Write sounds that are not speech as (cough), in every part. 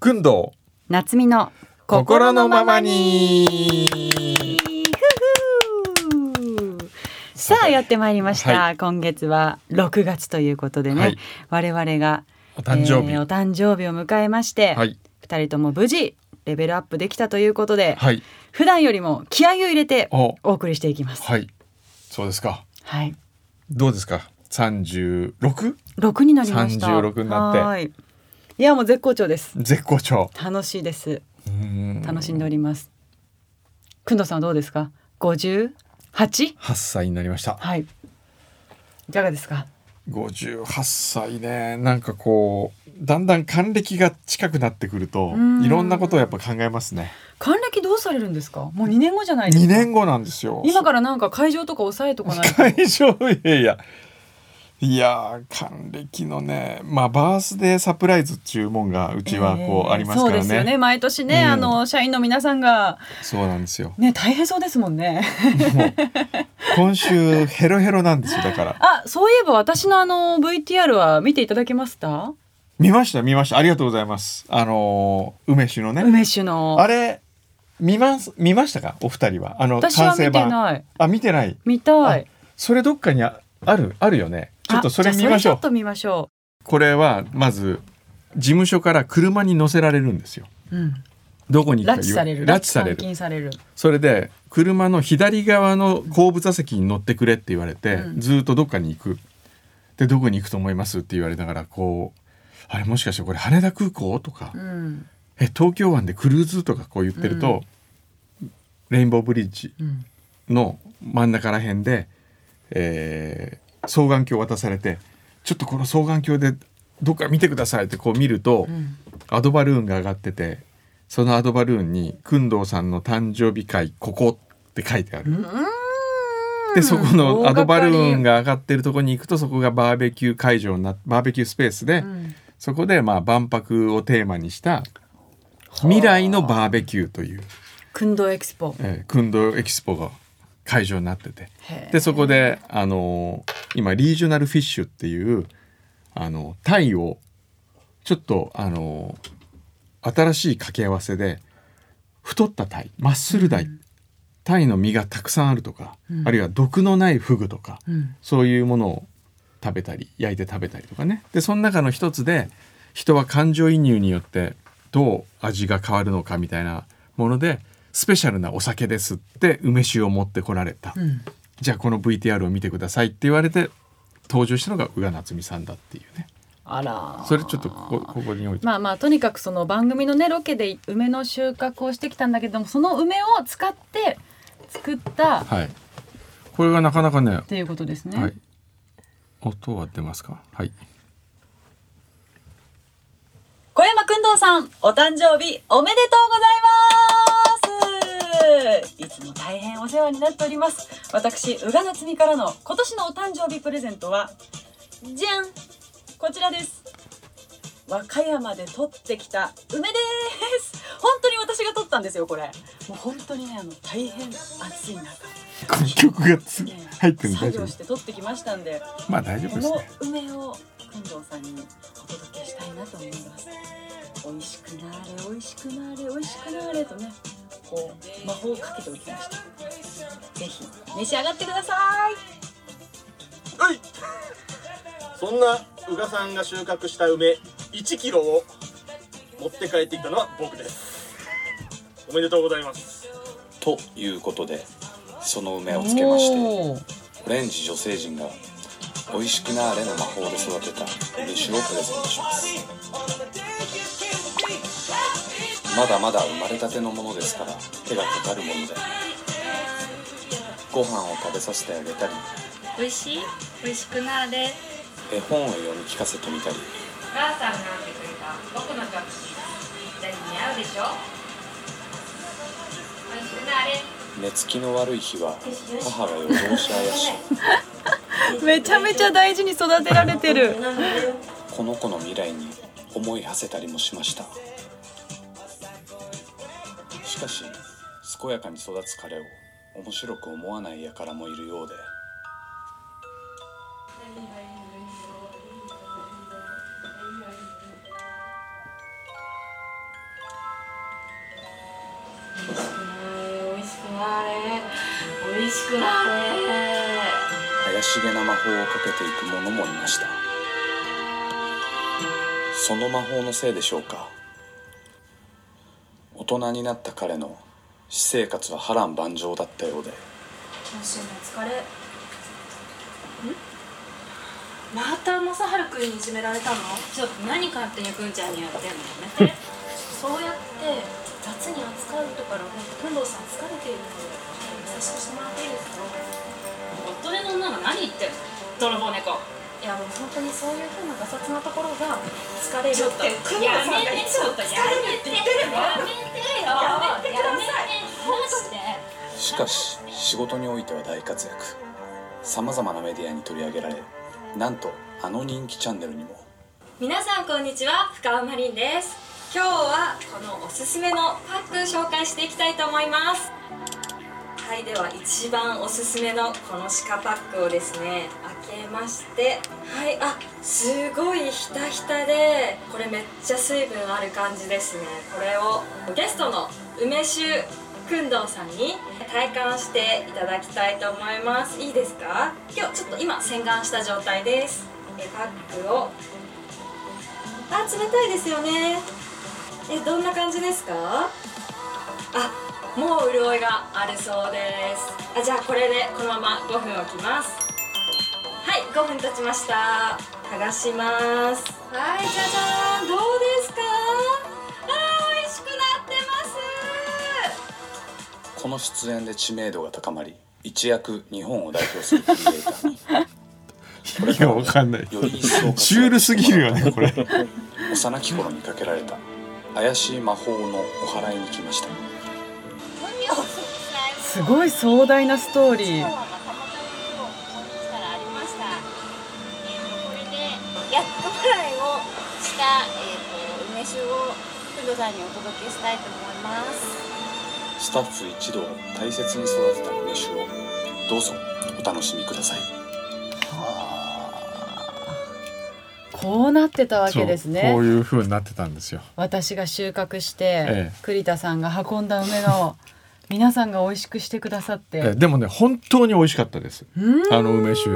くんどう夏美の心のままにふふさあやってまいりました、は今月は6月ということでね、はい我々がお誕生日、えーお誕生日を迎えまして、はい二人とも無事レベルアップできたということで、はい普段よりも気合を入れておお送りしていきます。はいそうですかはい、どうですか三十六六になりました。 36になってはーい。いやもう絶好調です。絶好調楽しいです。うーん楽しんでおります。くんどうさんはどうですか。五十八。八歳になりましたはい。いかがですか。五十八歳ねなんかこうだんだん還暦が近くなってくるとうんいろんなことをやっぱ考えますね還暦どうされるんですか。もう二年後じゃないです二か。年後なんですよ今からなんか会場とか抑えとかないと。会場いやいやいやー還暦のねまあバースデーサプライズっていうもんがうちはこうありますからえーそうですよね。毎年ね、うんあの社員の皆さんがそうなんですよね大変そうですもんね。もう今週ヘロヘロなんですよだからあ、そういえば私のあの VTR は見ていただけました？見ました見ましたありがとうございますあのー梅酒のね梅酒の。あれ見ます見ましたかお二人はあの私は完成見て版ない。あ見てない見たい。それどっかにああるあるよねちょっとあそれじ見ゃあましょちょうっと見ましょこれはまず事務所から車に乗せられるんですよう。うん。どこに行拉くか致言うされる。拉致され監る禁される。それで車の左側の後部座席に乗ってくれって言われて、うんずーっとどっかに行くでどこに行くと思いますって言われながらこうあれもしかしてこれ羽田空港とか、うん。え東京湾でクルーズとかこう言ってると、レインボーブリッジうん。の真ん中ら辺で、えー双眼鏡渡されてちょっとこの双眼鏡でどっか見てくださいってこう見ると、うん。アドバルーンが上がっててそのアドバルーンに「工藤さんの誕生日会ここ」って書いてある。でそこのアドバルーンが。が上がってるとこに行くとそこがバーベキュー会場になバーベキュースペースで、うんそこでまあ万博をテーマにした未来のバーベキューという、くんどエクスポ。えー、クンドエキスポが会場になっててへーでそこで、あのー今リージョナルフィッシュっていう、あのタイをちょっと、あのー新しい掛け合わせで太ったタイマッスルダイ、タイの身がたくさんあるとか、あるいは毒のないフグとか、うん。そういうものを食べたり焼いて食べたりとかねでその中の一つで人は感情移入によってどう味が変わるのかみたいなものでスペシャルなお酒ですって梅酒を持ってこられた、うん。じゃあこの VTR を見てくださいって言われて登場したのが宇賀夏美さんだっていうねあら。それちょっとここここに置いて、まあまあとにかくその番組のねロケで梅の収穫をしてきたんだけどもその梅を使って作ったっはいこれがなかなかねていうことですね。はい音は出ますかはい小山くんどうさん、お誕生日おめでとうございます。いつも大変お世話になっております。私、宇賀夏美からの今年のお誕生日プレゼントは、じゃんこちらです。和歌山で取ってきた梅です。本当に私が取ったんですよ、これ。もう本当にね、あの、大変暑い中、この曲がつね入ってるの作大丈業夫して取ってきましたんで、まあ大丈夫こですのね梅をくんどうさんにお届けしたいなと思います美味しくなあれ美味しくなあれ美味しくなあれとねこう魔法をかけておきましたぜひ召し上がってくださそんな宇賀さんが収穫した梅1キロを持って帰ってきたのは僕ですおめでとうございますということでそのい梅をつけましておーオレンジ女性陣が「美味しくなあれ」の魔法で育てた梅酒をプレゼントしますまだまだ生まれたてのものですから手がかかるものでご飯を食べさせてあげたり美味しい美味しくなあれ絵本を読み聞かせてみたりお母さんが編んでくれた僕の曲誰に似合うでしょ美味しくなあれ寝つきの悪い日は母が夜通しあやしめちゃめちゃ大事に育てられてるこの子の未来に思い馳せたりもしましたしかし健やかに育つ彼を面白く思わない輩もいるようで美味しくなれ美味しくなれ美味しくなれ怪しげな魔法をかけていく者もいましたその魔法のせいでしょうか大人になった彼の私生活は波乱万丈だったようで今週の疲れんまた正治くんにいじめられたのちょっと何勝手にくんちゃんにやってんのやめてそうやって雑に扱う人から本当工藤さん疲れているので優しくしてもらっていいですか夫で女が何言ってんの泥棒猫いやでも本当にそういうふうなガサツなところが疲れるってちょっとや工藤さんがめいてつちょもっとや疲れるめっててや言ってめてよるのやめてマジでしかし仕事においては大活躍さまざまなメディアに取り上げられなんとあの人気チャンネルにも皆さんこんにちは深尾マリンです今日はこのおすすめのパック紹介していきたいと思いますはいでは一番おすすめのこの鹿パックをですね開けましてはいあすごいひたひたでこれめっちゃ水分ある感じですねこれをゲストの梅酒くんどうさんに体感していただきたいと思いますいいですか今日ちょっと今洗顔した状態ですえパックをあ冷たいですよねえどんな感じですかあもう潤いがあるそうですあじゃあこれでこのまま5分置きますはい5分経ちました剥がしますはいじゃじゃーんどうですかあー美味しくなってますこの出演で知名度が高まり一躍日本を代表するクリエイターにこれいやわかんないより一層シュールすぎるよね (laughs) これ幼き頃にかけられた怪しい魔法のお祓いに来ましたすごい壮大なストーリー今日はたまたま今日ここに来たらありました。えーとこれでやっとくらいをした、えーと梅酒を工藤さんにお届けしたいと思います。スタッフ一同大切に育てた梅酒をどうぞお楽しみくださいこうなってたわけですそうこうねいう風になってたんですよ私が収穫して、ええ栗田さんが運んだ梅の皆さんが美味しくしてくださって、えでもね本当に美味しかったですうんあの梅酒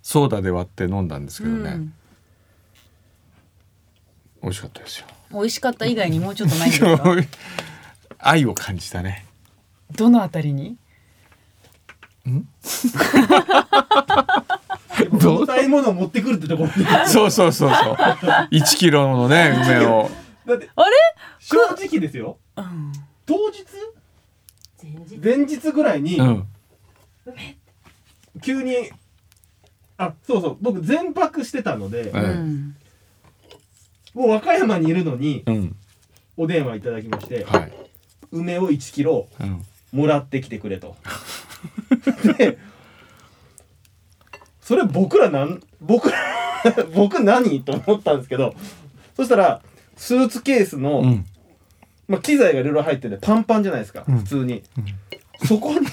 ソーダで割って飲んだんですけどね、うん美味しかったですよ美味しかった以外にもうちょっとないんです (laughs) か愛を感じたねどのあたりにどう重たいものを持ってくるってところにだそうそうそうそう1キロのね梅をって (laughs) あれ正直ですようん当日前日ぐらいにうん急にあそうそう僕全泊してたのでえうんもう和歌山にいるのにうんお電話いただきましてはい、梅を1キロうん、もらってきてくれとでそれ僕らなん僕ら (laughs) 僕何と思ったんですけどそしたらスーツケースの、うんまあ、機材がいろいろ入っててパンパンじゃないですか、うん普通に、そこに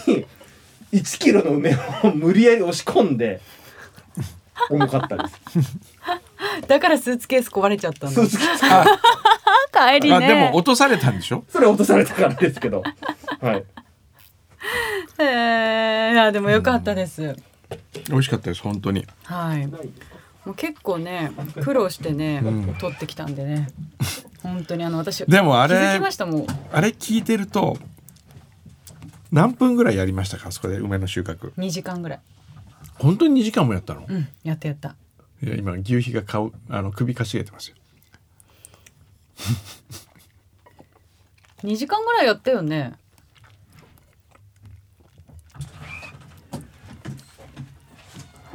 1キロの梅を無理やり押し込んで重かったですだからスーツケース壊れちゃったんスだーツケースあ帰りあでねも落とされたんでしょそれ落とされたからですけどはいえー、あでもよかったです、美味しかったです本当にはいもう結構ね苦労してね、うん取ってきたんでね本当にあの私でもあれ気づきましたもんあれ聞いてると何分ぐらいやりましたかあそこで梅の収穫2時間ぐらい本当に2時間もやったの、うんやったやったいや今牛皮が顔あの首かしげてますよ2時間ぐらいやったよね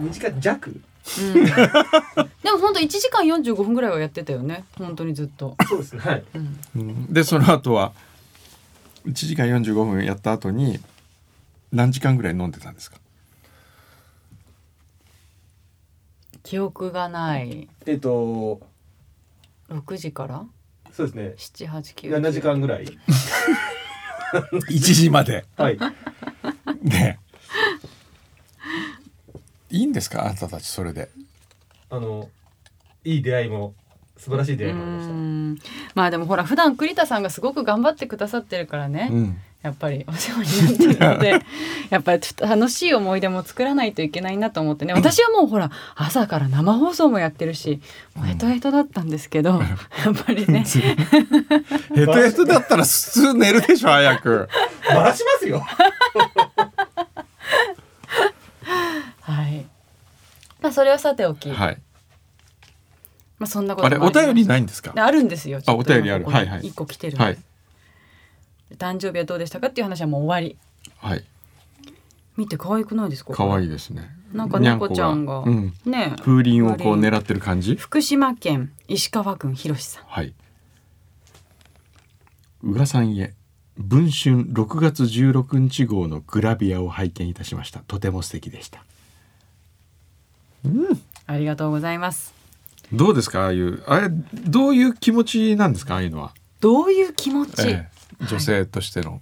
2時間弱うんでも本当1時間45分ぐらいはやってたよね本当にずっとそうですねはいうんでその後は1時間45分やった後に何時間ぐらい飲んでたん (laughs) ですか記憶がないえっと6時からそうですね789 7時間ぐらい1時まではい (laughs) ねえいいんですかあなたたちそれであのいい出会いも素晴らしい出う会いもありましたんまあでもほら普段栗田さんがすごく頑張ってくださってるからね、うんやっぱりお世話になってるの (laughs) でやっぱりちょっと楽しい思い出も作らないといけないなと思ってね私はもうほら朝から生放送もやってるしもうヘトヘトだったんですけど、やっぱり (laughs) ねヘトヘトだったら普通寝るでしょ早くバラしますよはい、まあ、それはさておき、はいまあ、そんなことあれもおります便りないんですかあるんですよちょっとあお便りある今ここはいはいに一個来てるんではい誕生日はどうでしたかっていう話はもう終わりはい見て可愛くないですか可愛いですねなんか猫ちゃんにゃんこががうんねえ風鈴をこう風鈴狙ってる感じ福島県石川郡広さんはい。宇賀さんへ文春6月16日号のグラビアを拝見いたしました。とても素敵でした。うん。ありがとうございますどうですかああいうあれどういう気持ちなんですかああいうのは。どういう気持ち、ええ、女性としての、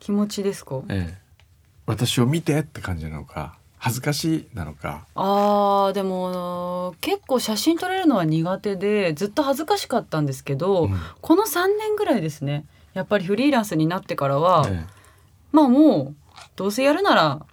気持ちですかええ、私を見てって感じなのか恥ずかしいなのか。あーでも結構写真撮れるのは苦手でずっと恥ずかしかったんですけど、この3年ぐらいですねやっぱりフリーランスになってからは、ええまあもうどうせやるなら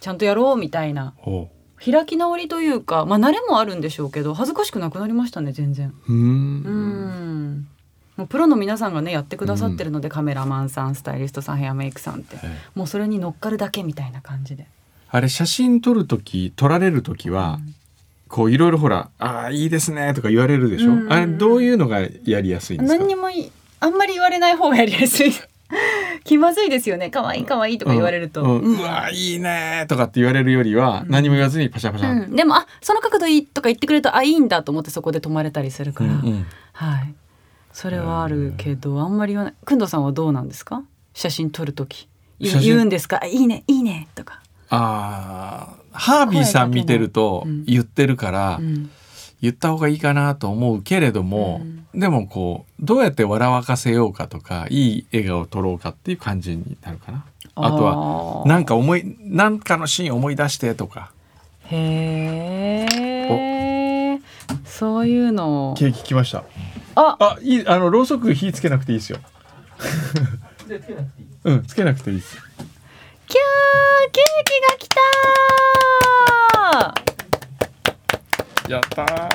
ちゃんとやろうみたいなおう開き直りというかまあ慣れもあるんでしょうけど恥ずかしくなくなりましたね全然。うーんうんもうプロの皆さんがねやってくださってるので、カメラマンさんスタイリストさんヘアメイクさんって、えもうそれに乗っかるだけみたいな感じであれ写真撮る時撮られる時は、こういろいろほら「ああいいですね」とか言われるでしょ、うんうんうんあれどういうのがやりやすいんですか何にもいあんまり言われない方がやりやすい (laughs) 気まずいですよね可愛い可愛いとか言われると、うんうんうわいいねーとかって言われるよりは、何も言わずにパシャパシャ、うんでもあその角度いいとか言ってくれるとあいいんだと思ってそこで止まれたりするかうら、んはいそれはあるけどあんまり言わないくんどさんはどうなんですか写真撮るとき言写真言うんですかあいいねいいねとかあーハービーさん見てると言ってるから、ん言った方がいいかなと思うけれども、でもこうどうやって笑わかせようかとかいい笑顔を撮ろうかっていう感じになるかなあとはなんか思いなんかのシーン思い出してとかへえそういうのをケーキ来ましたああいいあのろうそく火つけなくていいですようんつけなくていいですキャーケーキが来やったー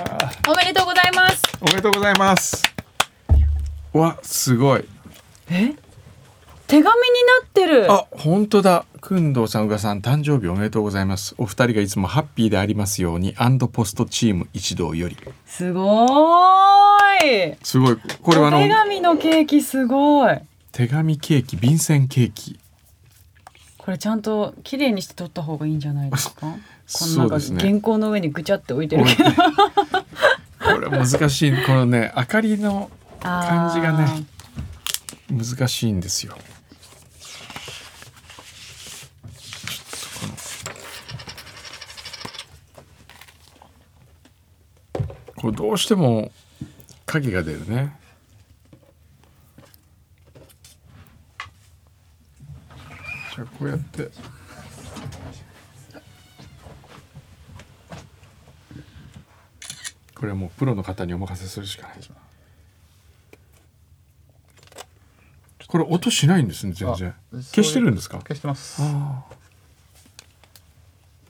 たおめでとうございますおめでとうございますわすごいえ手紙になってるあ本当だくんどうさんうがさん誕生日おめでとうございますお二人がいつもハッピーでありますようにアンドポストチーム一同よりすごーいすごいこれはあお手の紙のケーキすごい手紙ケーキ便箋ケーキこれちゃんと綺麗にして撮った方がいいんじゃないですかこの (laughs) そなうんかですね原稿の上にぐちゃって置いてるけどこれ難しいこのね明かりの感じがね難しいんですよこれどうしても影が出るねじゃあこうやってこれはもうプロの方にお任せするしかないこれ音しないんですね全然消してるんですか消してますあこ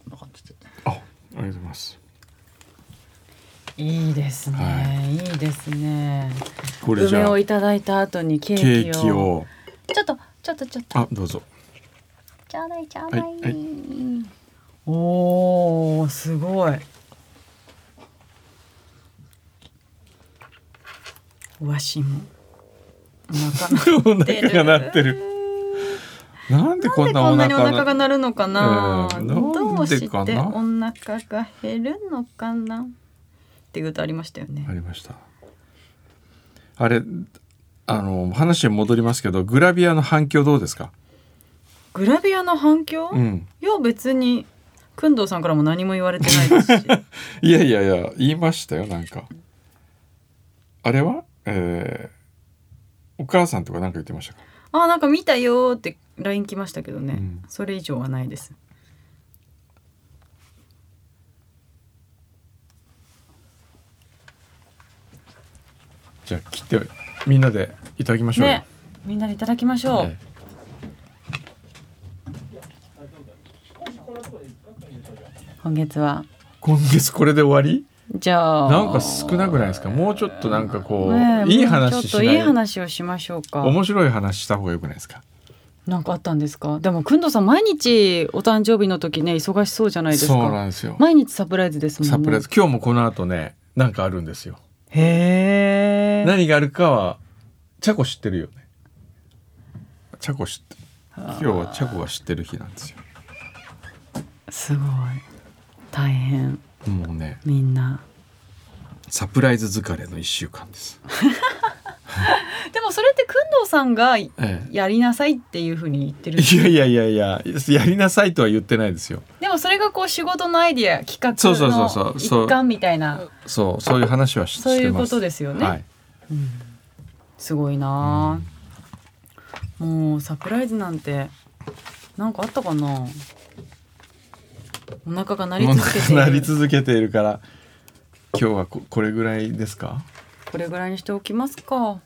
んな感じでありがとうございますいいですね、い、いですねこれじゃあ梅をいただいた後にケーケキをーキをちょっとちょっとちょっとあどうぞちょうだいちょうはだいい。はいおーすごいわしもおお腹が鳴ってるなんでこんなこおんなにお腹腹が鳴るのかな、ええどなうんしてでおかな腹が減るのかなっていう歌ありましたよねありましたあれあの話に戻りますけどグラビアの反響どうですかグラビアの反響、うんいや別に工藤さんからも何も言われてないです (laughs) しいやいやいや言いましたよなんかあれはえーお母さんとかなんか言ってましたかあなんか見たよーって LINE 来ましたけどね、それ以上はないですじゃあ切ってみんなでいただきましょうよ、ねみんなでいただきましょはうい、今月は今月これで終わりじゃあなんか少なくないですかもうちょっとなんかこう、ねえいいもう話ちしょっなといいい話をしましょうか面白い話した方がよくないですかなんかあったんですかでもくんどさん毎日お誕生日の時ね忙しそうじゃないですそうかなんですよ毎日サプライズですもんねサプライズ今日もこの後ねなんかあるんですよへえ何があるかはチャコ知ってるよねチャコ知って今日はチャコが知ってる日なんですよすごい大変もうねみんなサプライズ疲れの一週間です、でもそれってくんどさんがええやりなさいっていうふうに言ってるいやいやいやいややりなさいとは言ってないですよでもそれがこう仕事のアイディア企画そうそうそうそうの一環みたいなそうそういう話はししてまそすういうことですよね、はい、すごいなあ、もうサプライズなんてなんかあったかなお腹が鳴りもう続けていなるり続けているから今日はここれぐらいですかこれぐらいにしておきますか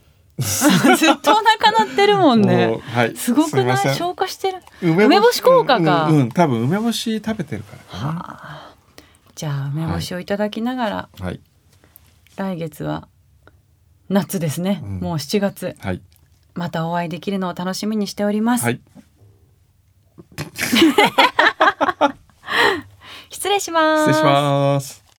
(laughs) ずっとお腹鳴ってるもんもうねはいすごくみまなせんい消化してる梅梅干し効果かうんうんうん多分梅干し食べてるからかじゃあ梅干しをいただきながら、なはい来月は夏ですね、うんもう7月はいまたお会いできるのを楽しみにしております、はい失礼しま失す礼します